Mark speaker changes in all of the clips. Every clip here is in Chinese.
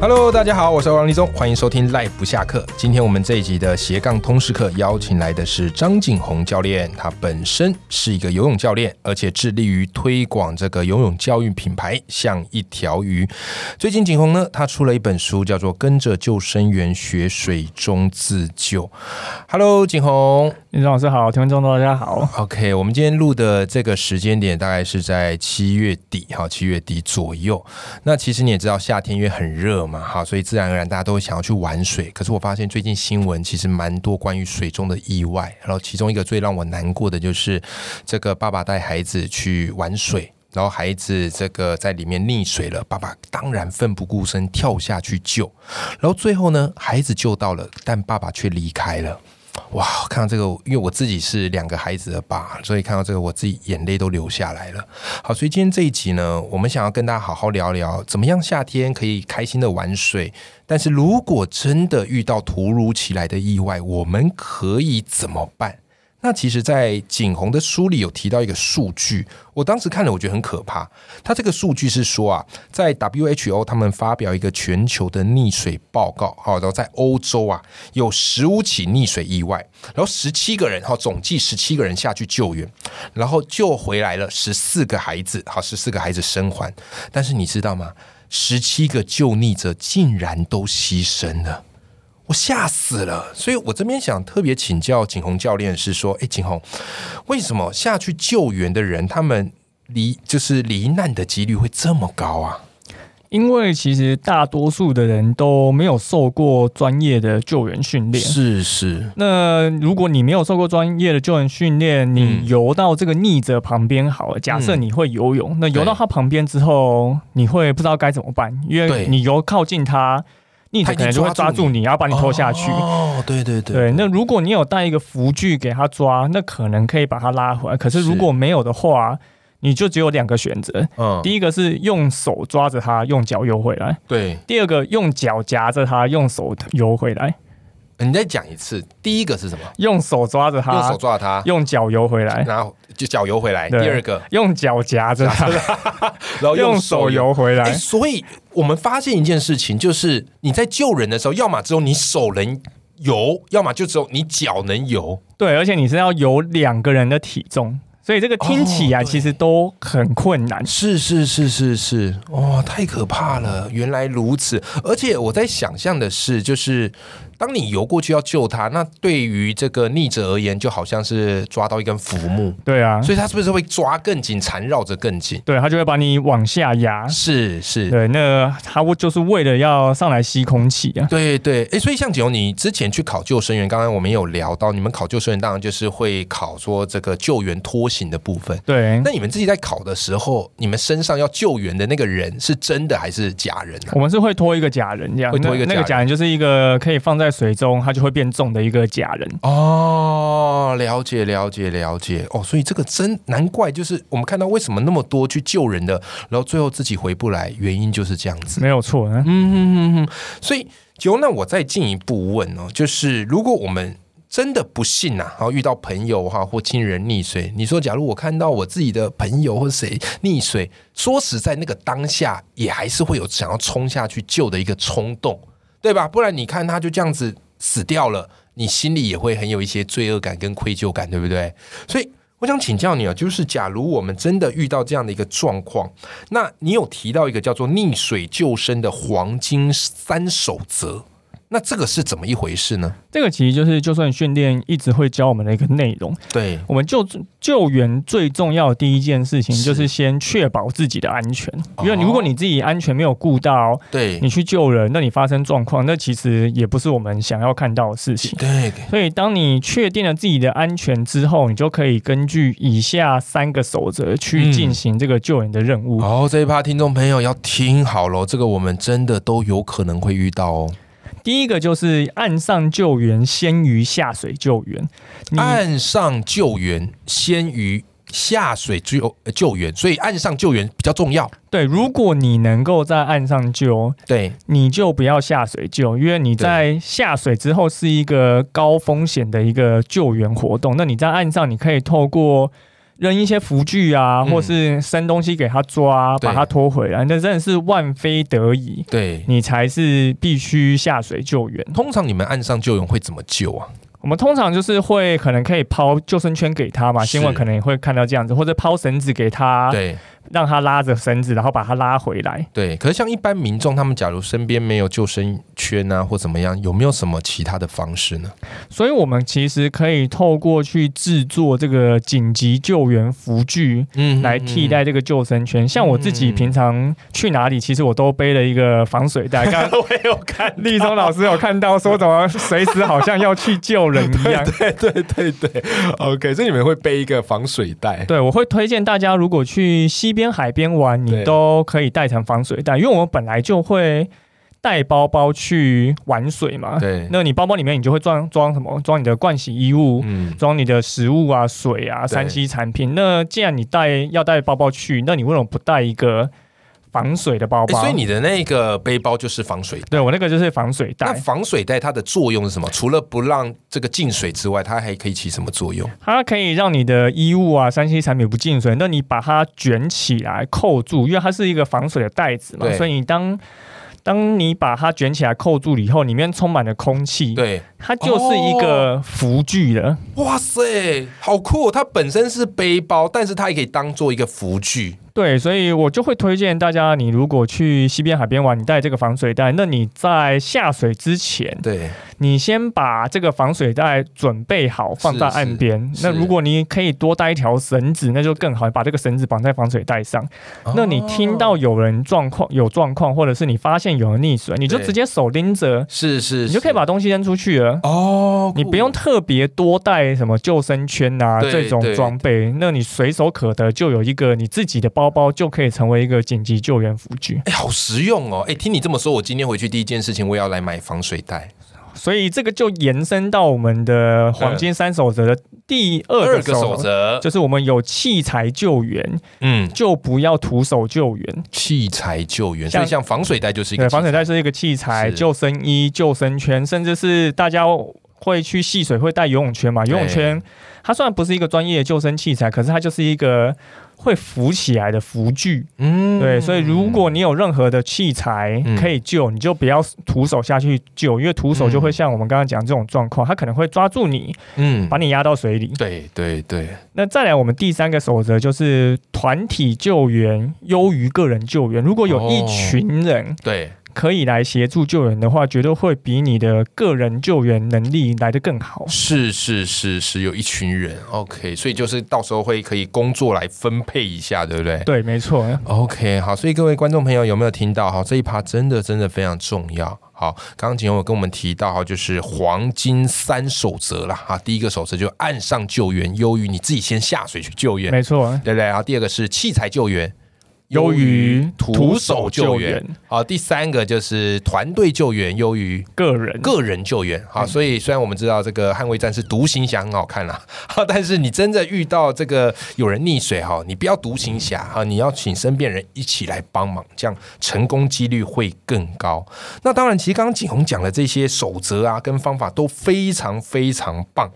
Speaker 1: Hello，大家好，我是欧阳立中，欢迎收听 Life 不下课。今天我们这一集的斜杠通识课邀请来的是张景宏教练，他本身是一个游泳教练，而且致力于推广这个游泳教育品牌，像一条鱼。最近景宏呢，他出了一本书，叫做《跟着救生员学水中自救》。Hello，景宏。
Speaker 2: 林老师好，听众大家好。
Speaker 1: OK，我们今天录的这个时间点大概是在七月底，哈，七月底左右。那其实你也知道，夏天因为很热嘛，哈，所以自然而然大家都会想要去玩水。可是我发现最近新闻其实蛮多关于水中的意外，然后其中一个最让我难过的就是这个爸爸带孩子去玩水。然后孩子这个在里面溺水了，爸爸当然奋不顾身跳下去救，然后最后呢，孩子救到了，但爸爸却离开了。哇，看到这个，因为我自己是两个孩子的爸，所以看到这个，我自己眼泪都流下来了。好，所以今天这一集呢，我们想要跟大家好好聊聊，怎么样夏天可以开心的玩水，但是如果真的遇到突如其来的意外，我们可以怎么办？那其实，在景洪的书里有提到一个数据，我当时看了，我觉得很可怕。他这个数据是说啊，在 WHO 他们发表一个全球的溺水报告，好，然后在欧洲啊有十五起溺水意外，然后十七个人，哈，总计十七个人下去救援，然后救回来了十四个孩子，好，十四个孩子生还。但是你知道吗？十七个救溺者竟然都牺牲了。我吓死了，所以我这边想特别请教景洪教练是说，哎，景洪，为什么下去救援的人，他们离就是罹难的几率会这么高啊？
Speaker 2: 因为其实大多数的人都没有受过专业的救援训练。
Speaker 1: 是是，
Speaker 2: 那如果你没有受过专业的救援训练，
Speaker 1: 嗯
Speaker 2: 你游到这个溺者旁边好了。假设你会游泳，那游到他旁边之后，你会不知道该怎么办，因
Speaker 1: 对
Speaker 2: 为你游靠近他，溺
Speaker 1: 他
Speaker 2: 者
Speaker 1: 已经
Speaker 2: 可能就会抓
Speaker 1: 抓住
Speaker 2: 住你，然后把你拖下去。
Speaker 1: 哦，对对对，
Speaker 2: 对，那如果你有带一个浮具给他抓，那可能可以把他拉回来。可是
Speaker 1: 是
Speaker 2: 如果没有的话，你就只有两个选择，
Speaker 1: 嗯，
Speaker 2: 第一个是用手抓着它，用脚游回来；
Speaker 1: 对，
Speaker 2: 第二个用脚夹着它，用手游回来；
Speaker 1: 你再讲一次，第一个是什么？
Speaker 2: 用手抓着
Speaker 1: 用手
Speaker 2: 它，
Speaker 1: 抓他，
Speaker 2: 用脚游回来；
Speaker 1: 然后就脚游回来。第
Speaker 2: 对
Speaker 1: 二个，
Speaker 2: 用脚夹 着它，
Speaker 1: 然后
Speaker 2: 用
Speaker 1: 手
Speaker 2: 手。游回
Speaker 1: 哎，
Speaker 2: 来。
Speaker 1: 所以我们发现一件事情，就是你在救人的时候，要么只有你手能游，要么就只有你脚能游。
Speaker 2: 对，而且你是要有两个人的体重，所以这个听起
Speaker 1: 哦
Speaker 2: 来
Speaker 1: 对
Speaker 2: 其实都很困难。
Speaker 1: 是是是是是，哇、太可怕了！原来如此，而且我在想象的是，就是当你游过去要救他，那对于这个逆者而言，就好像是抓到一根浮木，
Speaker 2: 对啊，
Speaker 1: 所以他是不是会抓更紧，缠绕着更紧？
Speaker 2: 对，它就会把你往下压。
Speaker 1: 啊是是。
Speaker 2: 对，那它就是为了要上来吸空气啊。
Speaker 1: 对对，哎，所以像景荣，你之前去考救生员，刚刚我们有聊到，你们考救生员当然就是会考说这个救援拖行的部分。
Speaker 2: 对，
Speaker 1: 那你们自己在考的时候，你们身上要救援的那个人是真的还是假人啊？
Speaker 2: 我们是会拖一个假人，这样
Speaker 1: 会拖一个
Speaker 2: 那那个
Speaker 1: 假
Speaker 2: 假人就是一个可以放在水中，它就会变重的一个假人。
Speaker 1: 哦，了解了解了解哦，所以这个真难怪，就是我们看到为什么那么多去救人的，然后最后自己回不来，原因就是这样子。
Speaker 2: 没有错，嗯
Speaker 1: 嗯哼哼哼，所以九，那我再进一步问哦，就是如果我们真的不幸呐、啊，然后遇到朋友哈、或亲人溺水，你说假如我看到我自己的朋友或谁溺水，说实在那个当下也还是会有想要冲下去救的一个冲动，对吧？不然你看他就这样子死掉了，你心里也会很有一些罪恶感跟愧疚感，对不对？所以。我想请教你啊，就是假如我们真的遇到这样的一个状况，那你有提到一个叫做溺水救生的黄金三守则，那这个是怎么一回事呢？
Speaker 2: 这个其实就是就算训练一直会教我们的一个内容。
Speaker 1: 对，
Speaker 2: 我们救救援最重要的第一件事情
Speaker 1: 是
Speaker 2: 就是先确保自己的安全，
Speaker 1: 哦
Speaker 2: 因为你如果你自己安全没有顾到，
Speaker 1: 对，
Speaker 2: 你去救人，那你发生状况，那其实也不是我们想要看到的事情。
Speaker 1: 对，
Speaker 2: 所以，当你确定了自己的安全之后，你就可以根据以下三个守则去
Speaker 1: 嗯
Speaker 2: 进行这个救援的任务。
Speaker 1: 哦，这一趴听众朋友要听好了，这个我们真的都有可能会遇到哦。
Speaker 2: 第一个就是岸上救援先于下水救援。你
Speaker 1: 岸上救援先于下水救救援，所以岸上救援比较重要。
Speaker 2: 对，如果你能够在岸上救，
Speaker 1: 对，
Speaker 2: 你就不要下水救，因为你在下水之后是一个高风险的一个救援活动。那你在岸上，你可以透过扔一些浮具啊，
Speaker 1: 嗯
Speaker 2: 或是伸东西给他抓，
Speaker 1: 对
Speaker 2: 把他拖回来，那真的是万非得已，
Speaker 1: 对。
Speaker 2: 你才是必须下水救援。
Speaker 1: 通常你们岸上救援会怎么救啊？
Speaker 2: 我们通常就是会可能可以抛救生圈给他嘛，
Speaker 1: 是
Speaker 2: 新闻可能也会看到这样子，或者抛绳子给他，
Speaker 1: 对
Speaker 2: 让他拉着绳子，然后把他拉回来。
Speaker 1: 对，可是像一般民众，他们假如身边没有救生圈啊，或怎么样，有没有什么其他的方式呢？
Speaker 2: 所以我们其实可以透过去制作这个紧急救援服具。
Speaker 1: 嗯
Speaker 2: 来替代这个救生圈，像我自己
Speaker 1: 嗯
Speaker 2: 平常去哪里，其实我都背了一个防水袋。刚刚我有看，立中老师有看到说怎么随时好像要去救人一样。
Speaker 3: 对对对对，OK，所以你
Speaker 1: 嗯
Speaker 3: 们会背一个防水袋。
Speaker 2: 对，我会推荐大家，如果去西边、海边玩，你
Speaker 3: 对
Speaker 2: 都可以带成防水袋，因为我们本来就会带包包去玩水嘛。
Speaker 1: 对，
Speaker 2: 那你包包里面你就会装装什么？装你的盥洗衣物，
Speaker 1: 嗯，
Speaker 2: 装你的食物啊、水啊、三 C 产品。那既然你带要带包包去，那你为什么不带一个防水的包
Speaker 1: 诶
Speaker 2: 包？
Speaker 1: 所以你的那个背包就是防水
Speaker 2: 对我那个就是防水
Speaker 1: 那
Speaker 2: 袋，
Speaker 1: 防水袋它的作用是什么？除了不让这个进水之外，它还可以起什么作用？
Speaker 2: 它可以让你的衣物啊、三 C 产品不进水。那你把它卷起来扣住，因为它是一个防水的袋子嘛，
Speaker 1: 对
Speaker 2: 所以你当当你把它卷起来扣住了以后，里面充满了空气，
Speaker 1: 对，哦
Speaker 2: 它就是一个浮具了。
Speaker 1: 哇塞，好酷、哦！它本身是背包，但是它也可以当做一个浮具。
Speaker 2: 对，所以我就会推荐大家，你如果去西边海边玩，你带这个防水袋，那你在下水之前，
Speaker 1: 对，
Speaker 2: 你先把这个防水袋准备好，放在岸边。
Speaker 1: 是
Speaker 2: 那如果你可以多带一条绳子，那就更好，把这个绳子绑在防水袋上。那你听到
Speaker 1: 哦
Speaker 2: 有人状况有状况，或者是你发现有人溺水，你就
Speaker 1: 对
Speaker 2: 直接手拎着，
Speaker 1: 是是，
Speaker 2: 你就可以
Speaker 1: 是
Speaker 2: 把东西扔出去了。
Speaker 1: 哦，
Speaker 2: 你
Speaker 1: 酷
Speaker 2: 不用特别多带什么救生圈啊
Speaker 1: 哦对
Speaker 2: 这种装备，那你随手可得就有一个你自己的包包，就可以成为一个紧急救援辅具。
Speaker 1: 哎、好实用哦！哎、听你这么说，我今天回去第一件事情，我也要来买防水袋。
Speaker 2: 所以这个就延伸到我们的黄金三守则的第二
Speaker 1: 二
Speaker 2: 个
Speaker 1: 个
Speaker 2: 守
Speaker 1: 守
Speaker 2: 则。
Speaker 1: 则，
Speaker 2: 就是我们有器材救援，
Speaker 1: 嗯，
Speaker 2: 就不要徒手救援。
Speaker 1: 器材救援，
Speaker 2: 像
Speaker 1: 所以像防水袋就是一
Speaker 2: 对，
Speaker 1: 个
Speaker 2: 防水
Speaker 1: 器材
Speaker 2: 袋是一个器材，
Speaker 1: 是
Speaker 2: 救生衣、救生圈，甚至是大家会去戏水会带游泳圈嘛？游泳圈它虽然不是一个专业的救生器材，可是它就是一个会浮起来的浮具。
Speaker 1: 嗯
Speaker 2: 对，所以如果你有任何的器材
Speaker 1: 嗯
Speaker 2: 可以救，你就不要徒手下去救，因为徒手就会像我们刚刚讲这种状况，它可能会抓住你，
Speaker 1: 嗯
Speaker 2: 把，你压到水里。
Speaker 1: 对对对，
Speaker 2: 那再来，我们第三个守则就是团体救援优于个人救援。如果有一
Speaker 1: 哦
Speaker 2: 群人
Speaker 1: 对，
Speaker 2: 可以来协助救援的话，绝对会比你的个人救援能力来得更好。
Speaker 1: 是是是是，有一群人，OK，所以就是到时候会可以工作来分配一下，对不对？
Speaker 2: 对，没错。
Speaker 1: OK，好，所以各位观众朋友有没有听到？好，这一趴真的真的非常重要。好，刚刚景有跟我们提到，哈，就是黄金三守则啦。哈，第一个守则就岸上救援优于你自己先下水去救援，
Speaker 2: 没错，
Speaker 1: 对不对？然后第二个是器材救援
Speaker 2: 优于
Speaker 1: 徒手救援。
Speaker 2: 援
Speaker 1: 好，第三个就是团队救援优于
Speaker 2: 个人。
Speaker 1: 个人救援。好，所以虽然我们知道这个《捍卫战士》独行侠很好看啦， 好，但是你真的遇到这个有人溺水哈，你不要独行侠哈，你要请身边人一起来帮忙，这样成功几率会更高。那当然，其实刚刚景宏讲的这些守则啊跟方法都非常非常棒。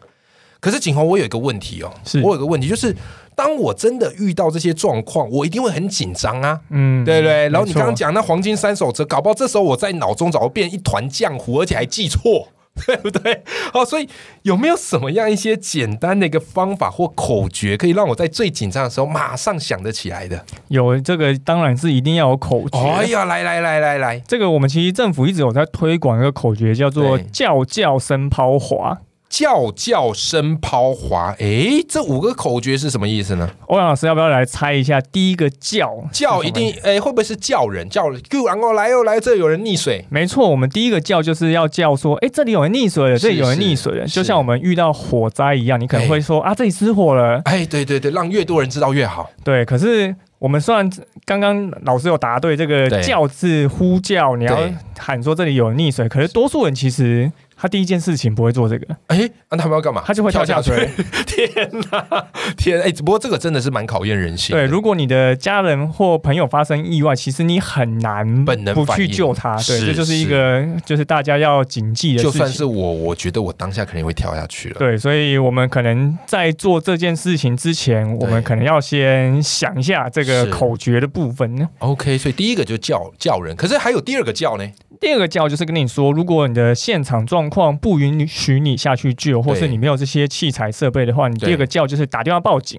Speaker 1: 可是景宏，我有一个问题哦，
Speaker 2: 是
Speaker 1: 我有一个问题就是，当我真的遇到这些状况，我一定会很紧张啊。
Speaker 2: 嗯
Speaker 1: 对不对？然后
Speaker 2: 没
Speaker 1: 你
Speaker 2: 错
Speaker 1: 刚刚讲那黄金三守则，搞不好这时候我在脑中早就变一团浆糊，而且还记错，对不对？好，所以有没有什么样一些简单的一个方法或口诀，可以让我在最紧张的时候马上想得起来的？
Speaker 2: 有这个，当然是一定要有口诀。
Speaker 1: 哎呀，来来来来来，
Speaker 2: 这个我们其实政府一直有在推广一个口诀，叫做
Speaker 1: 对
Speaker 2: “叫叫声抛滑
Speaker 1: 叫叫声抛滑，哎，这五个口诀是什么意思呢？”。
Speaker 2: 欧阳老师要不要来猜一下？第一个“叫”
Speaker 1: 叫
Speaker 2: 是
Speaker 1: 一
Speaker 2: 什么意
Speaker 1: 定
Speaker 2: 思。，
Speaker 1: 哎，会不会是叫人叫人？救然哦，来哦来哦，这有人溺水。
Speaker 2: 没错，我们第一个叫就是要叫说，哎、这里有人溺水了，
Speaker 1: 是
Speaker 2: 这里有人溺水了，
Speaker 1: 是
Speaker 2: 就像我们遇到火灾一样，你可能
Speaker 1: 哎
Speaker 2: 会说啊，这里失火了，
Speaker 1: 哎，对对对，让越多人知道越好。
Speaker 2: 对。可是我们虽然刚刚老师有答对这个
Speaker 1: 对
Speaker 2: 叫字呼叫，你要
Speaker 1: 对
Speaker 2: 喊说这里有人溺水，可是多数人其实他第一件事情不会做这个，
Speaker 1: 哎、那他们要干嘛？
Speaker 2: 他就会跳
Speaker 1: 跳
Speaker 2: 下
Speaker 1: 水。
Speaker 2: 水。
Speaker 3: 天哪！
Speaker 1: 天，哎、只不过这个真的是蛮考验人性的。
Speaker 2: 对，如果你的家人或朋友发生意外，其实你很难
Speaker 1: 本能
Speaker 2: 不
Speaker 1: 反
Speaker 2: 去
Speaker 1: 应
Speaker 2: 救他。对，
Speaker 1: 是
Speaker 2: 这就是一
Speaker 1: 是
Speaker 2: 个就是大家要谨记的
Speaker 1: 就
Speaker 2: 事
Speaker 1: 算
Speaker 2: 情。
Speaker 1: 是我，我觉得我当下肯定会跳下去了。
Speaker 2: 对，所以我们可能在做这件事情之前，我们可能要先想一下这个
Speaker 1: 是
Speaker 2: 口诀的部分。
Speaker 1: OK，所以第一个就叫叫人，可是还有第二个叫呢？
Speaker 2: 第二个教就是跟你说，如果你的现场状况不允许你下去救，或是
Speaker 1: 对
Speaker 2: 你没有这些器材设备的话，你
Speaker 1: 对
Speaker 2: 第二个教就是打电话报警。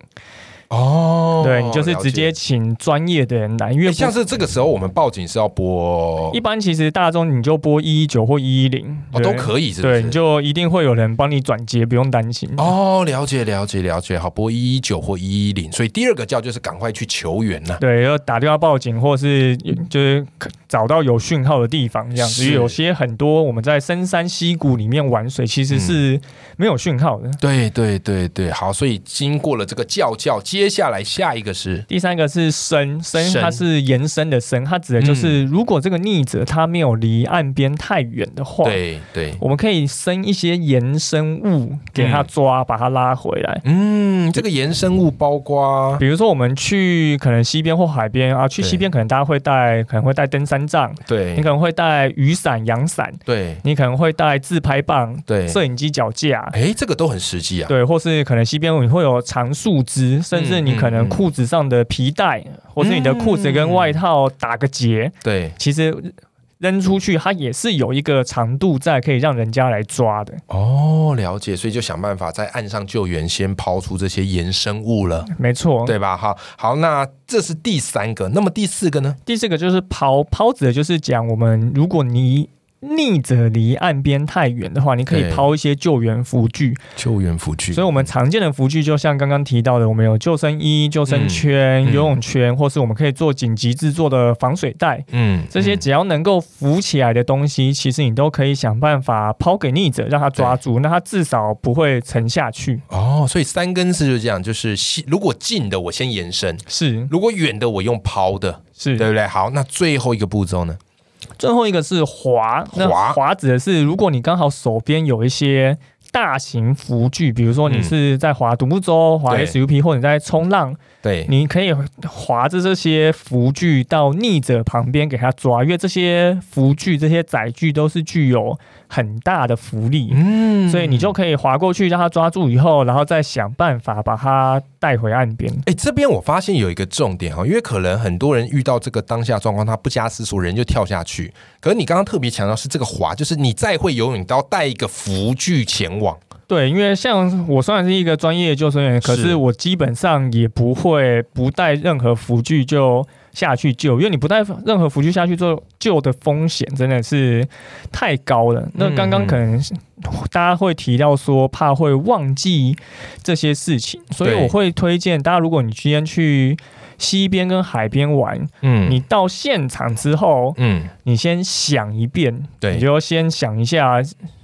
Speaker 1: 哦
Speaker 2: 对你就是直接
Speaker 1: 了解
Speaker 2: 请专业的人来，因为
Speaker 1: 哎
Speaker 2: 不
Speaker 1: 像是这个时候我们报警是要拨
Speaker 2: 一般其实大众你就拨一一九或一一零
Speaker 1: 哦都可以，是不是？
Speaker 2: 对，你就一定会有人帮你转接，不用担心。
Speaker 1: 哦，了解了解了解，好，拨一一九或一一零，所以第二个叫就是赶快去求援 呐、
Speaker 2: 对，要打电话报警，或是就是找到有讯号的地方，这样子。
Speaker 1: 是
Speaker 2: 因为有些很多我们在深山溪谷里面玩水，其实
Speaker 1: 嗯
Speaker 2: 是没有讯号的。
Speaker 1: 对对对对，好，所以经过了这个叫叫，接下来下一个是
Speaker 2: 第三个是深深，
Speaker 1: 深嗯
Speaker 2: 它是延伸的深，它指的就是如果这个逆者他没有离岸边太远的话，
Speaker 1: 对对，
Speaker 2: 我们可以伸一些延伸物给他抓，把它拉回来。
Speaker 1: 嗯，这个延伸物包括
Speaker 2: 比如说，我们去可能西边或海边啊，去
Speaker 1: 对
Speaker 2: 西边可能大家会带，可能会带登山杖，你
Speaker 1: 对
Speaker 2: 可能会带雨伞、阳伞，
Speaker 1: 对
Speaker 2: 你可能会带自拍棒、
Speaker 1: 对，
Speaker 2: 摄影机脚架，
Speaker 1: 哎，这个都很实际啊，
Speaker 2: 对，或是可能西边你会有长树枝，
Speaker 1: 嗯
Speaker 2: 甚至你可能裤子上的皮带，或是你的裤子跟外套打个结，
Speaker 1: 对
Speaker 2: 其实扔出去它也是有一个长度在，可以让人家来抓的。
Speaker 1: 哦，了解，所以就想办法在岸上救援，先抛出这些衍生物了，
Speaker 2: 没错，
Speaker 1: 对吧？好，好，那这是第三个，那么第四个呢？
Speaker 2: 第四个就是抛抛子，就是讲我们如果你。逆着离岸边太远的话，你可以
Speaker 1: 对
Speaker 2: 抛一些救援浮具。
Speaker 1: 救援辅具
Speaker 2: 所以，我们常见的浮具，就像刚刚提到的，我们有救生衣、救生
Speaker 1: 嗯
Speaker 2: 圈、
Speaker 1: 嗯
Speaker 2: 游泳圈，或是我们可以做紧急制作的防水袋。
Speaker 1: 嗯
Speaker 2: 这些只要能够浮起来的东西，其实你都可以想办法抛给逆者，让他抓住，那他至少不会沉下去。
Speaker 1: 哦，所以三根是就这样，就是细如果近的我先延伸，
Speaker 2: 是
Speaker 1: 如果远的我用抛的，
Speaker 2: 是
Speaker 1: 对不对？好，那最后一个步骤呢？
Speaker 2: 最后一个是滑，那
Speaker 1: 滑
Speaker 2: 滑指的是如果你刚好手边有一些大型浮具，比如说你
Speaker 1: 嗯
Speaker 2: 是在滑独木舟、滑
Speaker 1: 对
Speaker 2: SUP 或者你在冲浪，
Speaker 1: 对，
Speaker 2: 你可以划着这些浮具到逆者旁边给他抓，因为这些浮具、这些载具都是具有很大的浮力。
Speaker 1: 嗯
Speaker 2: 所以你就可以划过去，让它抓住以后，然后再想办法把它带回岸边。
Speaker 1: 哎、这边我发现有一个重点哦哈，因为可能很多人遇到这个当下状况，他不加思索，人就跳下去。可是你刚刚特别强调是这个滑，就是你再会游泳，都要带一个浮具前往。
Speaker 2: 对，因为像我虽然是一个专业救生员，可
Speaker 1: 是
Speaker 2: 是我基本上也不会不带任何浮具就下去救，因为你不带任何浮具下去做救的风险真的是太高了。那刚刚可能
Speaker 1: 嗯
Speaker 2: 是大家会提到说怕会忘记这些事情，所以
Speaker 1: 对
Speaker 2: 我会推荐大家，如果你今天去西边跟海边玩，
Speaker 1: 嗯
Speaker 2: 你到现场之后，
Speaker 1: 嗯，
Speaker 2: 你先想一遍，
Speaker 1: 对
Speaker 2: 你就先想一下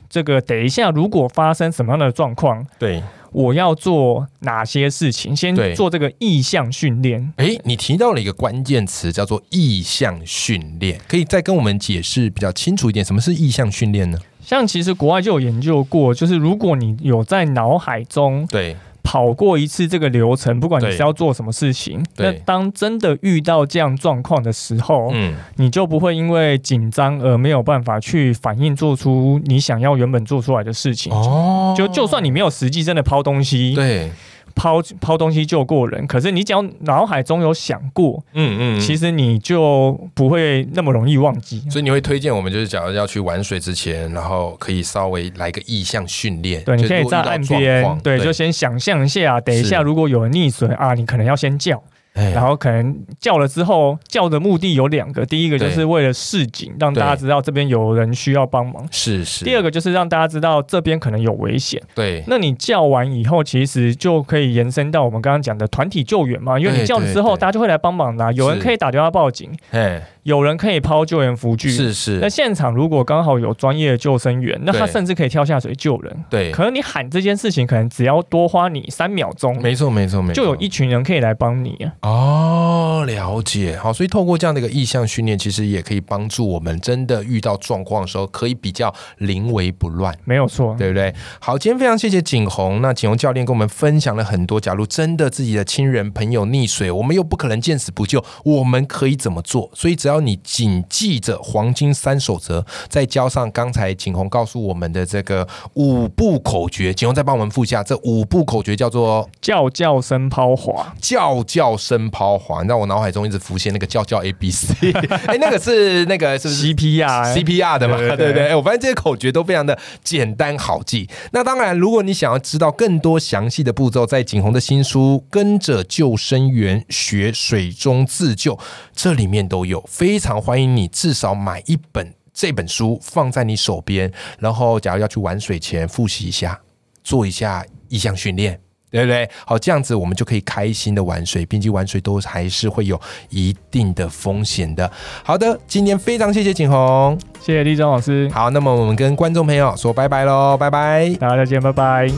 Speaker 2: 这个，等一下如果发生什么样的状况，
Speaker 1: 对。
Speaker 2: 我要做哪些事情，先
Speaker 1: 对
Speaker 2: 做这个意向训练。
Speaker 1: 哎、你提到了一个关键词，叫做意向训练，可以再跟我们解释比较清楚一点，什么是意向训练呢？
Speaker 2: 像其实国外就有研究过，就是如果你有在脑海中
Speaker 1: 对，
Speaker 2: 跑过一次这个流程，不管你
Speaker 1: 对
Speaker 2: 是要做什么事情，
Speaker 1: 对
Speaker 2: 那当真的遇到这样状况的时候，
Speaker 1: 嗯，
Speaker 2: 你就不会因为紧张而没有办法去反应做出你想要原本做出来的事情。
Speaker 1: 哦嗯
Speaker 2: 就就算你没有实际真的抛东西，
Speaker 1: 对，
Speaker 2: 抛抛东西救过人，可是你只要脑海中有想过，
Speaker 1: 嗯嗯
Speaker 2: 其
Speaker 1: 实。
Speaker 2: 实你就不会那么容易忘记。
Speaker 1: 所以你会推荐我们，就是假如要去玩水之前，然后可以稍微来个意向训练。
Speaker 2: 对，你
Speaker 1: 就
Speaker 2: 可
Speaker 1: 是
Speaker 2: 以
Speaker 1: 如果
Speaker 2: 在
Speaker 1: 遇到
Speaker 2: 岸
Speaker 1: 状
Speaker 2: 边
Speaker 1: 况，
Speaker 2: 对，就先想象一下，等一下
Speaker 1: 是
Speaker 2: 如果有人溺水啊，你可能要先叫，
Speaker 1: 哎
Speaker 2: 然后可能叫了之后，叫的目的有两个，第一个就
Speaker 1: 对
Speaker 2: 是为了示警，让大家
Speaker 1: 对
Speaker 2: 知道这边有人需要帮忙；
Speaker 1: 是是。
Speaker 2: 第二个就是让大家知道这边可能有危险。
Speaker 1: 对，
Speaker 2: 那你叫完以后，其实就可以延伸到我们刚刚讲的团体救援嘛，因为
Speaker 1: 对
Speaker 2: 你叫了之
Speaker 1: 对
Speaker 2: 后，
Speaker 1: 对
Speaker 2: 大家就会来帮忙啦、有人
Speaker 1: 是
Speaker 2: 可以打电话报警，
Speaker 1: 哎，
Speaker 2: 有人可以抛救援浮具，
Speaker 1: 是
Speaker 2: 那
Speaker 1: 是，
Speaker 2: 现场如果刚好有专业的救生员，那他
Speaker 1: 对
Speaker 2: 甚至可以跳下水救人。
Speaker 1: 对，
Speaker 2: 可能你喊这件事情，可能只要多花你三秒钟，
Speaker 1: 没错没错没错，
Speaker 2: 就有一群人可以来帮你啊。
Speaker 1: 哦，了解。好，所以透过这样的一个意向训练，其实也可以帮助我们真的遇到状况的时候，可以比较临危不乱。
Speaker 2: 没有错，
Speaker 1: 对不对？好，今天非常谢谢景洪。那景洪教练跟我们分享了很多，假如真的自己的亲人朋友溺水，我们又不可能见死不救，我们可以怎么做？所以只要你谨记着黄金三守则，再加上刚才景洪告诉我们的这个五步口诀，景洪再帮我们复下这五步口诀，叫做
Speaker 2: 叫叫声抛滑，
Speaker 1: 叫叫声抛滑，让我脑海中一直浮现那个叫叫 A B C，哎，那个是那个是不是
Speaker 2: CPR
Speaker 1: CPR 的嘛，
Speaker 2: 对
Speaker 1: 对对
Speaker 2: 对对
Speaker 1: 对，哎我发现这些口诀都非常的简单好记。那当然，如果你想要知道更多详细的步骤，在景洪的新书《跟着救生员学水中自救》这里面都有，非常欢迎你至少买一本这本书放在你手边，然后假如要去玩水前复习一下，做一下意向训练。对不对？好，这样子我们就可以开心的玩水，毕竟玩水都还是会有一定的风险的。好的，今天非常谢谢景洪，
Speaker 2: 谢谢立中老师，
Speaker 1: 好，那么我们跟观众朋友说拜拜喽，拜拜。
Speaker 2: 大家再见，拜拜。